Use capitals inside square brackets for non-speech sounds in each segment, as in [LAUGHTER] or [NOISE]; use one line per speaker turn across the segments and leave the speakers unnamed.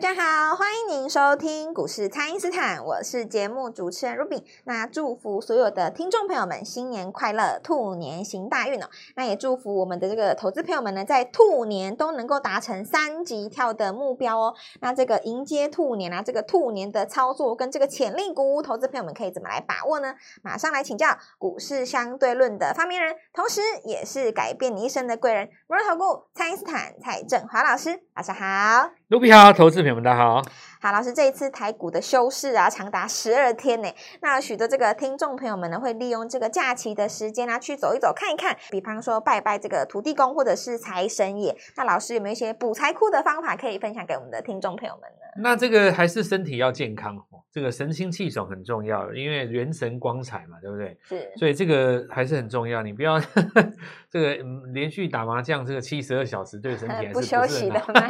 家好，欢迎您收听股市蔡因斯坦，我是节目主持人 Ruby。那祝福所有的听众朋友们新年快乐，兔年行大运哦！那也祝福我们的这个投资朋友们呢，在兔年都能够达成三级跳的目标哦。那这个迎接兔年啊，这个兔年的操作跟这个潜力股屋，投资朋友们可以怎么来把握呢？马上来请教股市相对论的发明人，同时也是改变你一生的贵人——摩尔投顾蔡因斯坦蔡振华老师，晚上好。
卢比好，投资朋友们大家好。
好，老师，这一次台股的休市啊，长达十二天呢。那许多这个听众朋友们呢，会利用这个假期的时间啊，去走一走、看一看，比方说拜拜这个土地公或者是财神爷。那老师有没有一些补财库的方法可以分享给我们的听众朋友们呢？
那这个还是身体要健康哦，这个神清气爽很重要，因为元神光彩嘛，对不对？
是
所以这个还是很重要，你不要 [LAUGHS] 这个、嗯连续打麻将这个七十二小时，对 [LAUGHS] 身体还是
呃不
不
休
是
息
很
的
好
吗？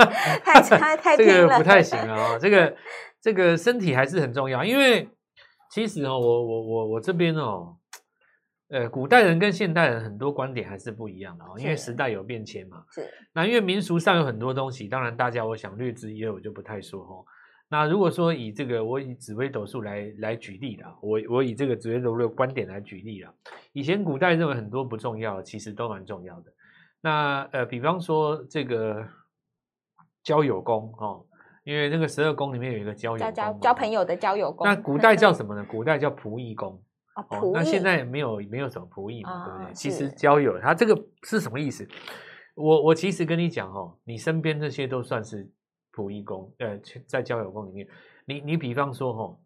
太太太
这
拼
个
了，
不 [LAUGHS] 太行啊、哦，这个这个身体还是很重要，因为其实哦，我我我我这边哦，呃，古代人跟现代人很多观点还是不一样的哦，因为
是
时代有变迁嘛。
是
那因为民俗上有很多东西，当然大家我想略知一二，我就不太说哦。那如果说以这个我以紫微斗数来来举例啦，我我以这个紫微斗数的观点来举例啦，以前古代认为很多不重要，其实都蛮重要的。那呃，比方说这个交友宫哦，因为这个十二宫里面有一个交友
交
宫
交
嘛
交朋友的交友功。
那古代
[LAUGHS]
叫什么呢？古代叫仆役宫。
哦
哦，那
仆役
现在也没有没有什么仆役嘛，对不
啊
对？其
是
实交友，它这个是什么意思？我我其实跟你讲哦，你身边这些都算是仆役宫，呃，在交友宫里面，你你比方说哦，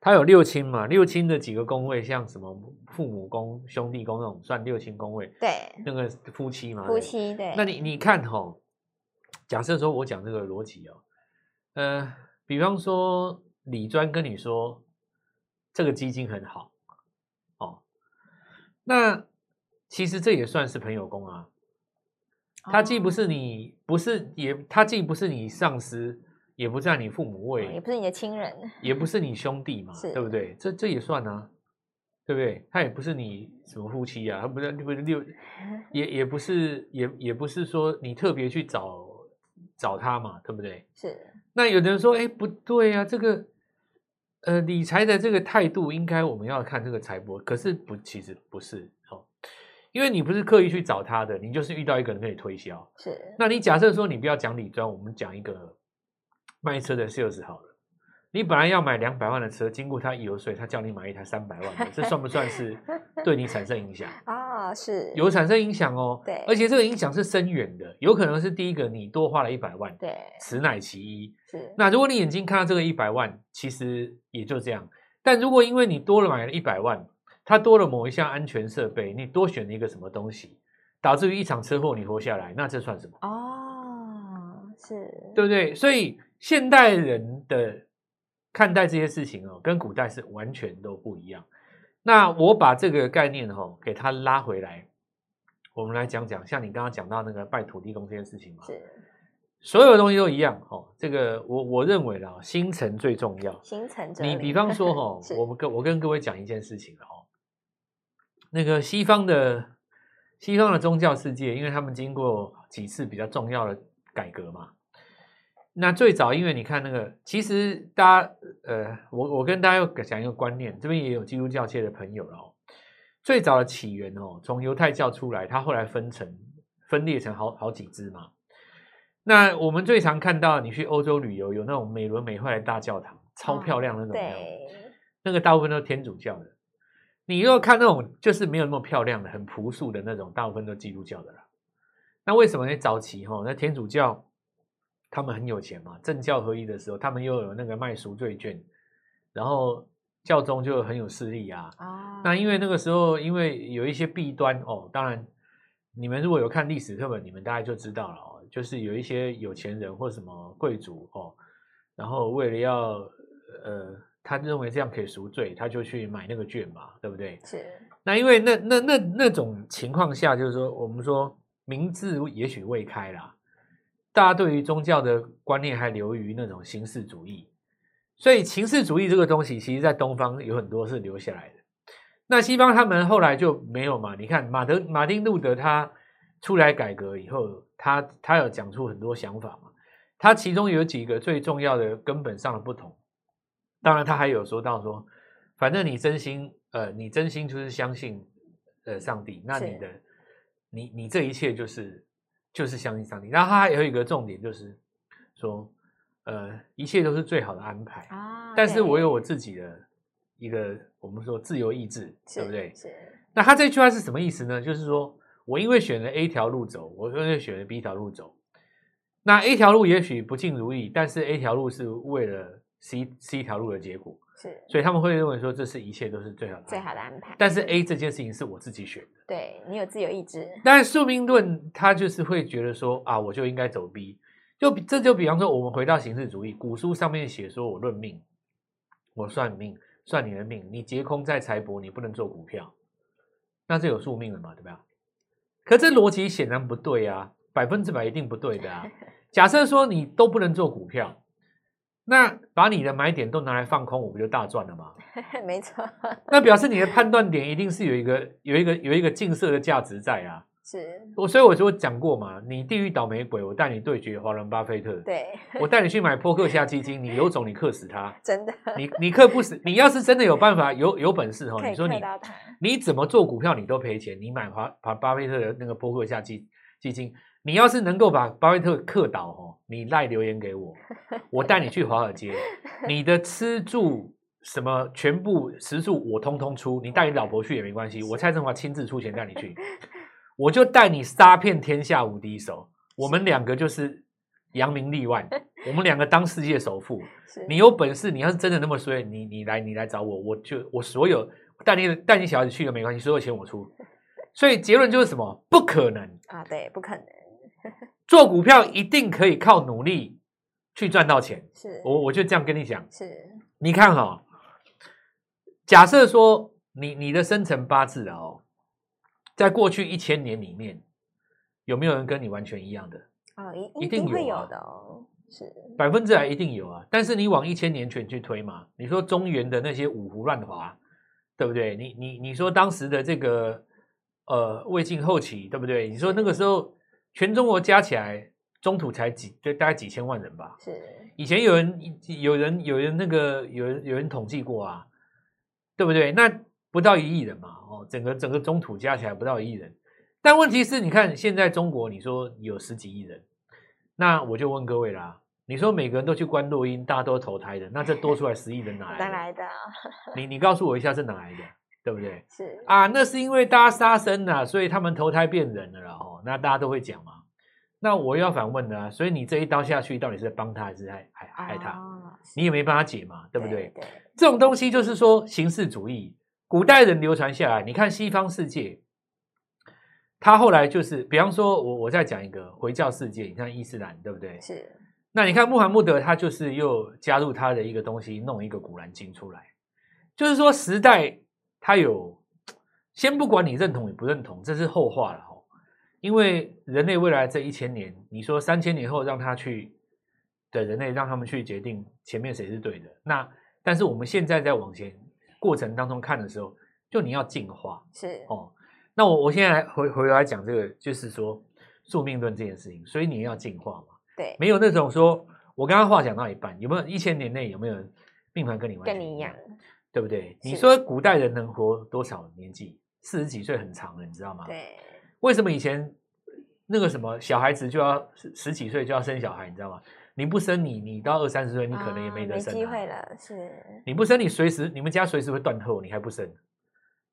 它有六亲嘛，六亲的几个宫位，像什么父母宫、兄弟宫那种，算六亲宫位，
对
那个夫妻嘛，对
夫
不对
妻对，
啊那你你看吼、假设说我讲这个逻辑哦，呃，比方说李专跟你说这个基金很好哦，那其实这也算是朋友工啊。他既不是你，不是也，他既不是你上司，也不在你父母
哦
位，
也不是你的亲人，
也不是你兄弟嘛，
是
对不对？这这也算啊，对不对？他也不是你什么夫妻啊，他不是不是六，也也不是也也不是说你特别去找找他嘛，对不对？
是
那有的人说，哎，不对啊，这个呃理财的这个态度，应该我们要看这个财帛，可是不，其实不是哦，因为你不是刻意去找他的，你就是遇到一个人跟你推销。
是
那你假设说你不要讲理专，我们讲一个卖车的 sales 好了。你本来要买两百万的车，经过他游说，他叫你买一台三百万的，这算不
[LAUGHS]
算是对你产生影响？
啊是
有产生影响哦。
对
而且这个影响是深远的，有可能是第一个你多花了一百万，
对
此乃其一。
是
那如果你眼睛看到这个一百万，其实也就这样。但如果因为你多了买了一百万，他多了某一项安全设备，你多选了一个什么东西，导致于一场车祸你活下来，那这算什么？
哦是
对不对？所以现代人的看待这些事情哦，跟古代是完全都不一样。那我把这个概念哦，给它拉回来，我们来讲讲，像你刚刚讲到那个拜土地公这件事情嘛，
是
所有东西都一样哦。这个我我认为啦，心诚最重要。
形成
你比方说哦
是，
我们跟我跟各位讲一件事情了哦，那个西方的西方的宗教世界，因为他们经过几次比较重要的改革嘛，那最早因为你看那个，其实大家呃，我我跟大家要讲一个观念，这边也有基督教界的朋友了哦，最早的起源哦，从犹太教出来，它后来分成分裂成好好几支嘛。那我们最常看到，你去欧洲旅游，有那种美轮美奂的大教堂，超
哦
漂亮的那种有没有，
对
那个大部分都是天主教的。你如果看那种就是没有那么漂亮的、很朴素的那种，大部分都基督教的啦。那为什么呢？早期哈、那天主教他们很有钱嘛，政教合一的时候，他们又有那个卖赎罪券，然后教宗就很有势力啊。
啊
那因为那个时候，因为有一些弊端哦，当然你们如果有看历史课本，你们大概就知道了哦，就是有一些有钱人或什么贵族哦，然后为了要呃，他认为这样可以赎罪，他就去买那个券嘛，对不对？
是
那因为那那那那种情况下，就是说我们说民智也许未开啦，大家对于宗教的观念还流于那种形式主义，所以形式主义这个东西，其实在东方有很多是留下来的。那西方他们后来就没有嘛？你看马德马丁路德他出来改革以后，他他有讲出很多想法嘛。它其中有几个最重要的根本上的不同。当然，它还有说到说，反正你真心，呃，你真心就是相信，呃，上帝，那你
是
的，你你这一切就是就是相信上帝。然后它还有一个重点就是说，呃，一切都是最好的安排。
啊
但是我
有
有我自己的一个我们说自由意志，对不对？
是
那他这句话是什么意思呢？就是说我因为选了 A 条路走，我因为选了 B 条路走，那 A 条路也许不尽如意，但是 A 条路是为了 C C 条路的结果，
是
所以他们会认为说这是一切都是最好的安排。
最好的安排。
但是 A 这件事情是我自己选的，
对你有自由意志， [LAUGHS]
但是宿命论他就是会觉得说啊，我就应该走 B，就比这就比方说我们回到形式主义，古书上面写说我论命，我算命，算你的命，你劫空在财帛，你不能做股票，那这有宿命了嘛，对吧？可这逻辑显然不对啊，百分之百一定不对的啊。假设说你都不能做股票，那把你的买点都拿来放空，我不就大赚了吗？
没错，
那表示你的判断点一定是有一个有一个有一个近色的价值在啊。
是
我所以我就讲过嘛，你地狱倒霉鬼，我带你对决华伦巴菲特，
对，
我带你去买波克夏基金，你有种你克死他，
真的
你你克不死，你要是真的有办法有有本事哦，
可
你
以
说
克
你
到他，
你怎么做股票你都赔钱，你买华把巴菲特的那个波克夏基基金，你要是能够把巴菲特克倒哦，你赖留言给我，我带你去华尔街，你的吃住什么全部食宿我通通出，你带你老婆去也没关系，我蔡振华亲自出钱带你去，我就带你杀遍天下无敌手，我们两个就是扬名立万，我们两个当世界首富。
是
你有本事，你要是真的那么衰，你你来你来找我，我就我所有带你带你小孩子去都没关系，所有钱我出。所以结论就是什么？不可能，
啊，对，不可能
做股票一定可以靠努力去赚到钱。
是
我我就这样跟你讲，
是
你看哈、哦，假设说你你的生辰八字啊哦，在过去一千年里面，有没有人跟你完全一样的？
哦，一
一
一
定
定会
有啊
有的哦，是
百分之百一定有啊。但是你往一千年前去推嘛，你说中原的那些五胡乱华，对不对？你你你说当时的这个呃魏晋后期，对不对？你说那个时候全中国加起来，中土才几，就大概几千万人吧。
是
以前有人有人有人那个有人有人统计过啊，对不对？那不到一亿人嘛，哦，整个整个中土加起来不到一亿人。但问题是，你看现在中国，你说有十几亿人，那我就问各位啦，你说每个人都去关录音，大家都投胎的，那这多出来十亿人哪
哪
来
来的啊？
的？你你告诉我一下是哪来的，对不对？
是
啊，那是因为大家杀生啦、所以他们投胎变人了啦。哦，那大家都会讲嘛。那我又要反问了、啊，所以你这一刀下去，到底是在帮他还是害害害他？
哦
你也没办法解嘛，对不对？
对
这种东西就是说形式主义，古代人流传下来，你看西方世界，他后来就是，比方说我我再讲一个回教世界，你看伊斯兰，对不对？
是
那你看穆罕默德他就是又加入他的一个东西，弄一个古兰经出来，就是说时代它有，先不管你认同与不认同，这是后话了哦。因为人类未来这一千年，你说三千年后让他去的人类让他们去决定前面谁是对的，那但是我们现在在往前过程当中看的时候，就你要进化，
是
哦，那我我现在来回回来讲这个，就是说宿命论这件事情，所以你要进化嘛，
对
没有那种说我刚刚话讲到一半，有没有一千年内有没有人命盘跟你完全
跟你一样，
对不对？你
是
说古代人能活多少年纪？四十几岁很长了，你知道吗？，
对
为什么以前那个什么小孩子就要十十几岁就要生小孩，你知道吗？你不生你，你到二三十岁你可能也
啊
没得生、啊
机会了，是
你不生，你随时你们家随时会断后，你还不生？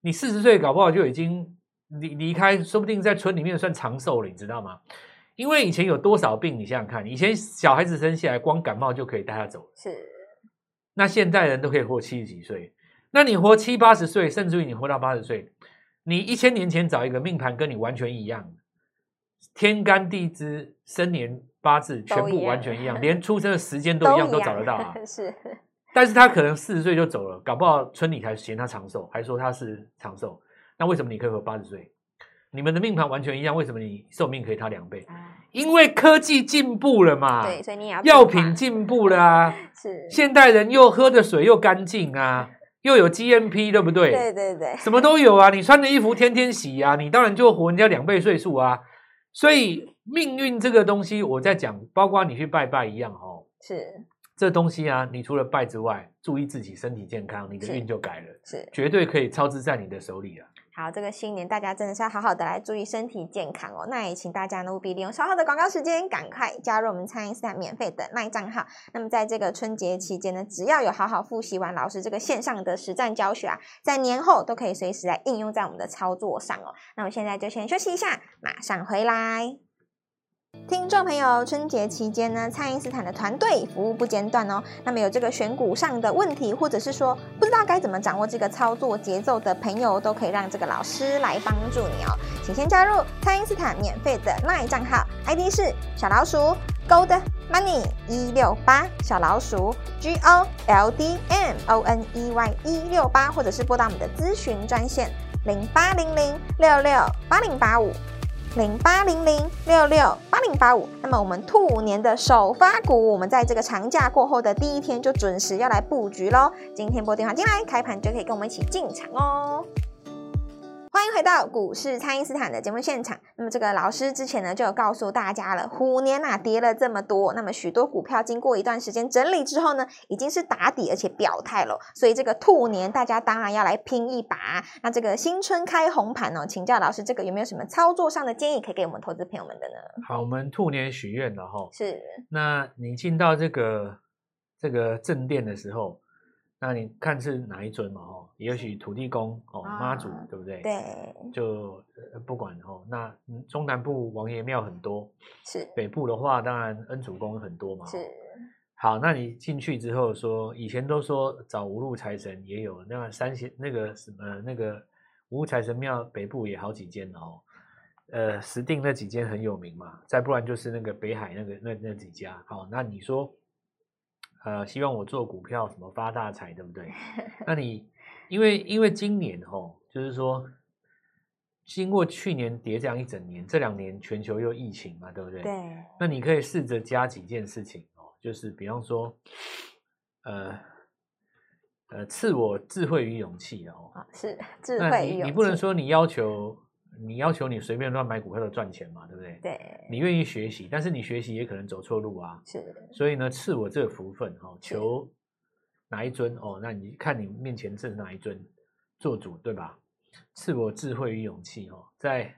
你四十岁搞不好就已经离离开，说不定在村里面算长寿了，你知道吗？因为以前有多少病，你想想看，以前小孩子生下来光感冒就可以带他走了，
是
那现代人都可以活七十几岁，那你活七八十岁，甚至于你活到八十岁，你一千年前找一个命盘跟你完全一样，天干地支、生年八字全
都一
部
样
完全一样，连出生的时间都一样，都找得到啊。
[LAUGHS] 是
但是他可能四十岁就走了，搞不好村里还嫌他长寿，还说他是长寿。那为什么你可以活八十岁？你们的命盘完全一样，为什么你寿命可以他两倍？
啊，
因为科技进步了嘛，
对，所以你也要
啊药
进化
品进步了
[LAUGHS]
啊，
是，
现代人又喝的水又干净啊，又有 GMP，对不对？
对对对，
什么都有啊，你穿的衣服天天洗啊，你当然就活人家两倍岁数啊。所以命运这个东西，我在讲，包括你去拜拜一样哦。
是
这东西啊，你除了拜之外，注意自己身体健康，你的
是
运就改了，
是，
绝对可以操之在你的手里啊。
好，这个新年大家真的是要好好的来注意身体健康哦。那也请大家呢务必利用稍后的广告时间，赶快加入我们蔡因斯坦免费的 LINE 账号。那么在这个春节期间呢，只要有好好复习完老师这个线上的实战教学啊，在年后都可以随时来应用在我们的操作上哦。那我们现在就先休息一下，马上回来。听众朋友，春节期间呢，蔡因斯坦的团队服务不间断哦。那么有这个选股上的问题，或者是说不知道该怎么掌握这个操作节奏的朋友，都可以让这个老师来帮助你哦。请先加入蔡因斯坦免费的 LINE 账号，ID 是小老鼠 Gold Money 一六八，小老鼠 G O L D M O N E Y 一六八，或者是拨打我们的咨询专线零八零零六六八零八五。零八零零六六八零八五。那么我们兔年的首发股，我们在这个长假过后的第一天就准时要来布局喽。今天拨电话进来，开盘就可以跟我们一起进场哦。欢迎回到股市，蔡因斯坦的节目现场。那么，这个老师之前呢就有告诉大家了，虎年啊跌了这么多，那么许多股票经过一段时间整理之后呢，已经是打底而且表态了。所以这个兔年大家当然要来拼一把啊。那这个新春开红盘哦，请教老师，这个有没有什么操作上的建议可以给我们投资朋友们的呢？
好，我们兔年许愿了哈、
嗯是
那你进到这个这个正殿的时候，那你看是哪一尊嘛？哦，也许土地公哦，妈祖
啊
对不对？，
对，
就呃不管哦。那嗯中南部王爷庙很多，
是
北部的话当然恩主公很多嘛。哦
是
好，那你进去之后说，以前都说找五路财神也有，那三贤那个什么那个五路财神庙北部也好几间哦，呃，石定那几间很有名嘛，再不然就是那个北海那个那那几家。好，那你说，呃，希望我做股票什么发大财，对不对？那你因为因为今年哦，就是说。经过去年跌这样一整年，这两年全球又疫情嘛，对不对？
对
那你可以试着加几件事情哦，就是比方说，呃，呃，赐我智慧与勇气哦。
啊，是智
那
慧与
你
勇
你不能
气
说你要求你要求你随便乱买股票都赚钱嘛，对不对？
对
你愿意学习，但是你学习也可能走错路啊。
是
所以呢，赐我这个福分哦，
是
求哪一尊哦？那你看你面前这是哪一尊做主对吧？赐我智慧与勇气哦，在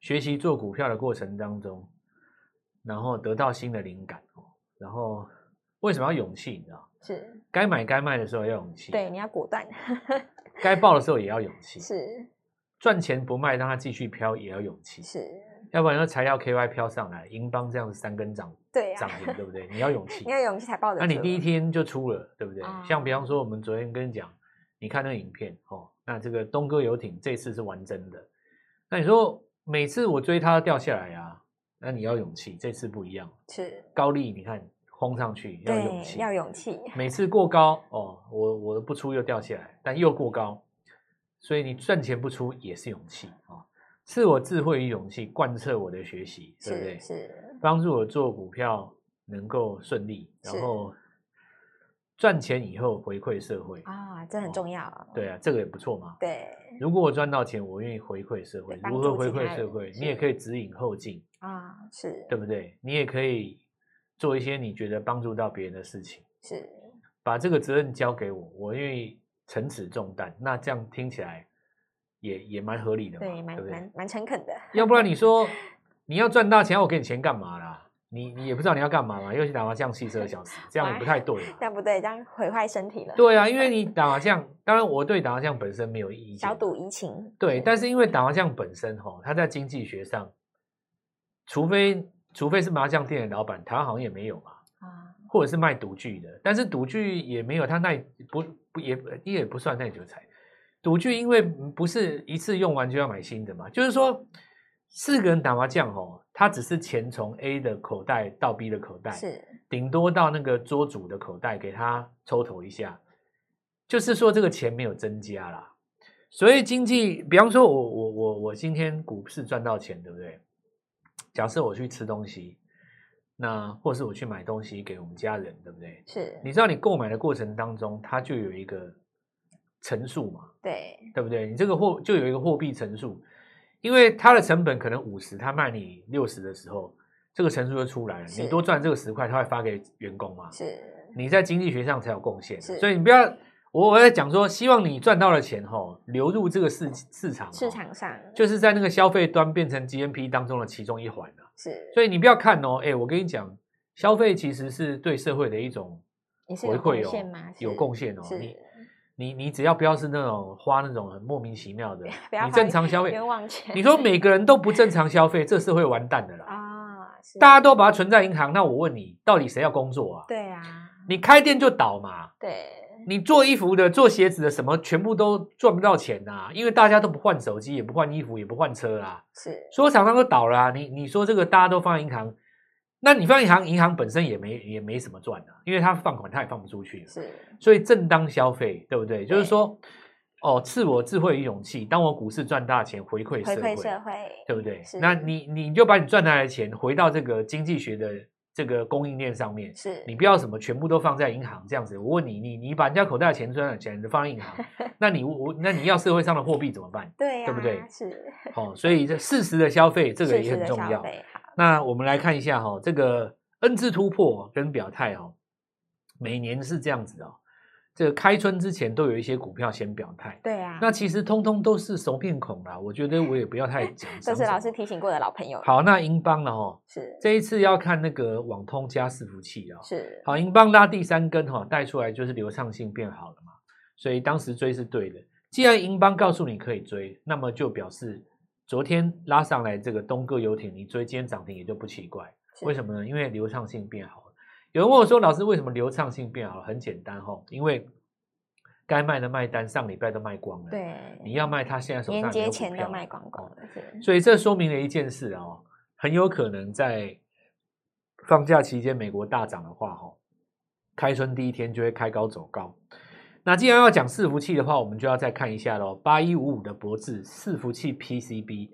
学习做股票的过程当中，然后得到新的灵感哦。然后为什么要勇气？你知道，
是，
该买该卖的时候要勇气，
对，，你要果断
该爆的时候
[LAUGHS]
也要勇气，
是
赚钱不卖，让它继续飘也要勇气，
是，
要不然那材料 KY 飘上来，银邦这样子三根涨
对呀、
涨停，对不对？你要勇气，
你 [LAUGHS] 要有勇气才抱得
那
住。
你第一天就出了，对不对？像比
啊
方说，我们昨天跟你讲，你看那个影片哦，那这个东哥游艇这次是玩真的。那你说每次我追它都掉下来啊，那你要勇气，这次不一样。
是
高丽你看轰上去要勇
对
气，
要勇气，
每次过高哦，我我不出又掉下来，但又过高，所以你赚钱不出也是勇气啊、哦，是我智慧与勇气贯彻我的学习，对不对
是？是
帮助我做股票能够顺利，然
是
后赚钱以后回馈社会。
啊，这很
哦
重要。
对啊，这个也不错嘛。
对
如果我赚到钱，我愿意回馈社会
对。帮
如何
助
回
其他
馈社
人
会？
是
你也可以指引后进，
啊，是
对不对？你也可以做一些你觉得帮助到别人的事情，
是
把这个责任交给我，我愿意承此重担。那这样听起来也也蛮合理的嘛，
对，
对
蛮
不对？
蛮蛮诚恳的。 [LAUGHS]
要不然你说你要赚大钱，我给你钱干嘛啦？你你也不知道你要干嘛嘛，又去打麻将戏十二小
[LAUGHS]
时，这样也不太对嘛。
但不对，这样毁坏身体了。
对啊，因为你打麻将，当然我对打麻将本身没有意见，
小赌怡情。嗯
对，但是因为打麻将本身吼，它在经济学上，除非除非是麻将店的老板，台湾好像也没有嘛，
啊，
或者是卖赌具的，但是赌具也没有，它耐不不也也不算耐久材。赌具因为不是一次用完就要买新的嘛，就是说四个人打麻将哦，它只是钱从 A 的口袋到 B 的口袋，
是
顶多到那个桌主的口袋给他抽头一下，就是说这个钱没有增加啦。所以经济，比方说我我我我今天股市赚到钱，对不对？假设我去吃东西，那或是我去买东西给我们家人，对不对？
是，
你知道你购买的过程当中，它就有一个乘数嘛，
对
对不对？你这个货就有一个货币乘数，因为它的成本可能五十，它卖你六十的时候，这个乘数就出来了。
是
你多赚这个十块，他会发给员工嘛？
是
你在经济学上才有贡献。啊
是
所以你不要，我我在讲说，希望你赚到的钱吼、流入这个市市场、哦
市，场上
就是在那个消费端变成 GNP 当中的其中一环啊。
是
所以你不要看哦，哎，我跟你讲，消费其实是对社会的一种
也是
回
有
馈
贡
哦
献吗？，
有贡献哦。你
是
你你只要不要是那种花那种很莫名其妙的
[LAUGHS] 不，要花
你正常消费，
冤枉钱。
你说每个人都不正常消费，这社会完蛋的啦。
啊，是
大家都把它存在银行，那我问你，到底谁要工作啊？
对啊，
你开店就倒嘛，
对
你做衣服的、做鞋子的，什么全部都赚不到钱呐、因为大家都不换手机，也不换衣服，也不换车啊，
是
所有厂商都倒了、啊。你你说这个大家都放银行，那你放银行，银行本身也没也没什么赚啊，因为它放款它也放不出去了。
是
所以正当消费，对不对？就是
对
说，哦，赐我智慧与勇气，当我股市赚大钱，回
回
馈社会，
馈社会，
对不对
是？
那你你就把你赚来的钱回到这个经济学的这个供应链上面，
是
你不要什么全部都放在银行这样子。我问你，你你把人家口袋的钱赚了钱放在银行，
[LAUGHS]
那你我那你要社会上的货币怎么办？
对呀，
对不对
是
哦，所以这适时的消费这个
适
也
时
很
的
重
消
要。
费好
那我们来看一下哈、哦，这个 N 字突破跟表态哦，每年是这样子哦。这个开春之前都有一些股票先表态，
对啊，
那其实通通都是熟面孔啦。我觉得我也不要太讲什
[LAUGHS] 都
么。
是老师提醒过的老朋友，
好，那英邦了哦，
是
这一次要看那个网通加伺服器啊、哦。
是
好，英邦拉第三根哈、哦，带出来就是流畅性变好了嘛，所以当时追是对的。既然英邦告诉你可以追，那么就表示昨天拉上来这个东哥游艇，你追今天涨停也就不奇怪。
么
为什么呢？因为流畅性变好了。有人问我说：“老师，为什么流畅性变好了？”很简单哈、哦，因为该卖的卖单上礼拜都卖光了，，
对
你要卖他现在手
年
上没有
节
股
前
票
都卖
了
光光
哦
了，是
所以这说明了一件事哦，很有可能在放假期间美国大涨的话、哦，开春第一天就会开高走高。那既然要讲伺服器的话，我们就要再看一下喽。八一五五的博智伺服器 PCB，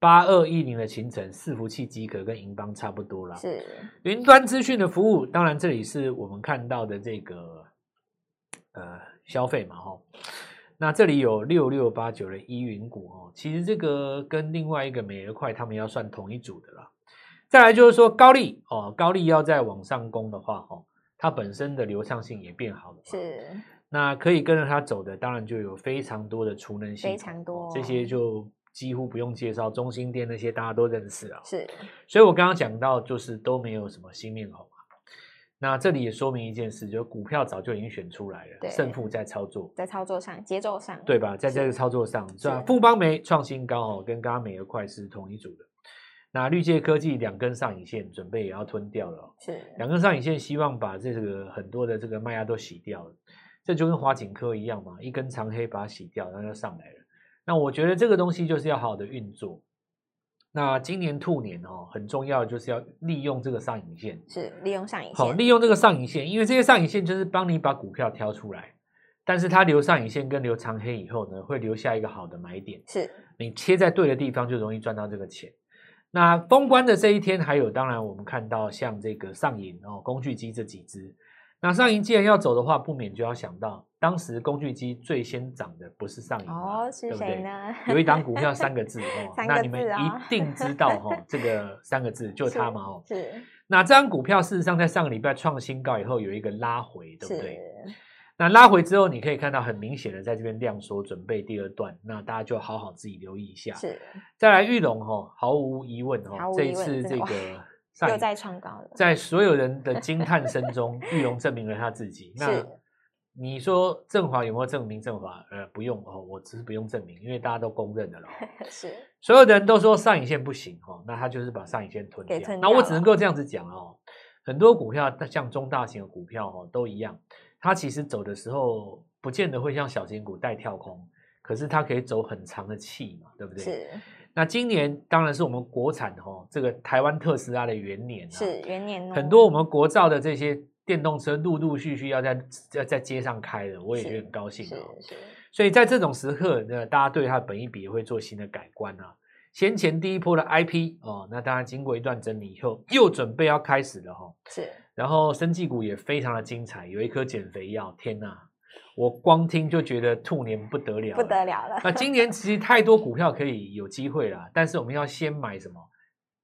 八二一零的秦城伺服器机壳跟银邦差不多啦。
是
云端资讯的服务，当然这里是我们看到的这个呃消费嘛，吼。那这里有六六八九的依云股哦，其实这个跟另外一个美而快他们要算同一组的啦。再来就是说高利哦，高利要在往上攻的话，哦，它本身的流畅性也变好了。，
是
那可以跟着它走的，当然就有非常多的储能系
非
统
常多
这些就几乎不用介绍，中心店那些大家都认识啊。
是
所以我刚刚讲到，就是都没有什么新面孔啊。那这里也说明一件事，就是股票早就已经选出来了，
对
胜负在操作，
在操作上节奏上
对吧？在这
是
个操作上，是吧
是？
富邦煤创新高哦，跟刚刚美而快是同一组的。那绿界科技两根上影线，准备也要吞掉了哦、
是
两根上影线希望把这个很多的这个卖压都洗掉了，这就跟华景科一样嘛，一根长黑把它洗掉，然后就上来了。那我觉得这个东西就是要好好的运作。那今年兔年哦，很重要的就是要利用这个上影线，
是利用上影
好，
线
利用这个上影线，因为这些上影线就是帮你把股票挑出来，但是它留上影线跟留长黑以后呢，会留下一个好的买点。
是
你切在对的地方，就容易赚到这个钱。那封关的这一天，还有当然我们看到像这个上银哦、工具机这几只，那上银既然要走的话，不免就要想到当时工具机最先涨的不是上银吗
哦是谁？呢？
对不对有一档股票三个字哦，
三
那
个
你们
字啊
一定知道哦，这个三个字就是它嘛哦。
[LAUGHS] 是
那这张股票事实上在上个礼拜创新高以后有一个拉回，对不对？
是
那拉回之后，你可以看到很明显的在这边量缩，准备第二段，那大家就好好自己留意一下。
是
再来玉龙哦，毫无疑问哦，
毫无
这一
疑问真
次
的
这
哇
个
又
上
在创高了，
在所有人的
[LAUGHS]
惊叹声中，玉龙证明了他自己。那
是
你说振华有没有证明振华？呃，不用哦，我只是不用证明，因为大家都公
[LAUGHS]
认的了哦。
是
所有的人都说上影线不行哦，那他就是把上影线吞掉
给。吞
那
掉
我只能
了
够这样子讲哦，很多股票像中大型的股票哦都一样，它其实走的时候不见得会像小型股带跳空，可是它可以走很长的气嘛，对不对？
是
那今年当然是我们国产哦，这个台湾特斯拉的元年、啊，
是元年哦
很多我们国造的这些电动车陆陆续续要在要在街上开了，我也
是
觉得很高兴
是
哦。
是
所以在这种时刻，那大家对它的本益比也会做新的改观啊。先前第一波的 IP 哦，那当然经过一段整理以后，又准备要开始了哈、哦。
是
然后生技股也非常的精彩，有一颗减肥药，天呐，我光听就觉得兔年不得了，
不得。了了。
那今年其实太多股票可以有机会啦，但是我们要先买什么？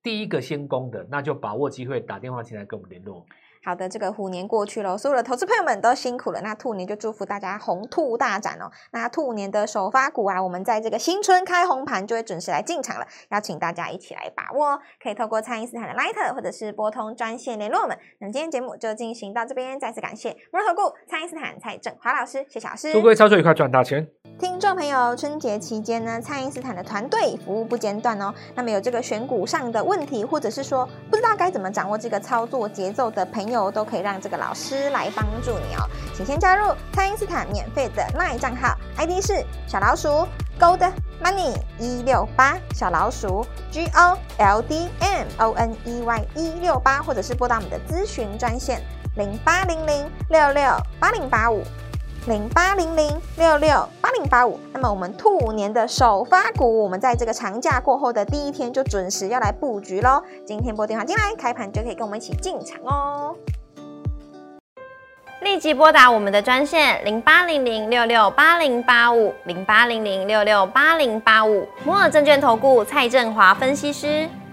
第一个先攻的，那就把握机会，打电话进来跟我们联络。
好的，这个虎年过去了，所有的投资朋友们都辛苦了。那兔年就祝福大家红兔大展哦。那兔年的首发股啊，我们在这个新春开红盘就会准时来进场了，邀请大家一起来把握哦。可以透过蔡因斯坦的 Light 或者是拨通专线联络我们。那么今天节目就进行到这边，再次感谢摩投顾蔡因斯坦蔡振华老师，谢谢老师。
祝各位操作愉快，赚大钱！
听众朋友，春节期间呢，蔡因斯坦的团队服务不间断哦。那么有这个选股上的问题，或者是说不知道该怎么掌握这个操作节奏的朋友，都可以让这个老师来帮助你哦。请先加入蔡因斯坦免费的 LINE 账号，ID 是小老鼠 Gold Money 一六八，小老鼠 G O L D M O N E Y 一六八，或者是拨打我们的咨询专线零八零零六六八零八五。零八零零六六八零八五。那么我们兔年的首发股，我们在这个长假过后的第一天就准时要来布局喽。今天拨电话进来，开盘就可以跟我们一起进场哦。
立即拨打我们的专线零八零零六六八零八五零八零零六六八零八五摩尔证券投顾蔡振华分析师。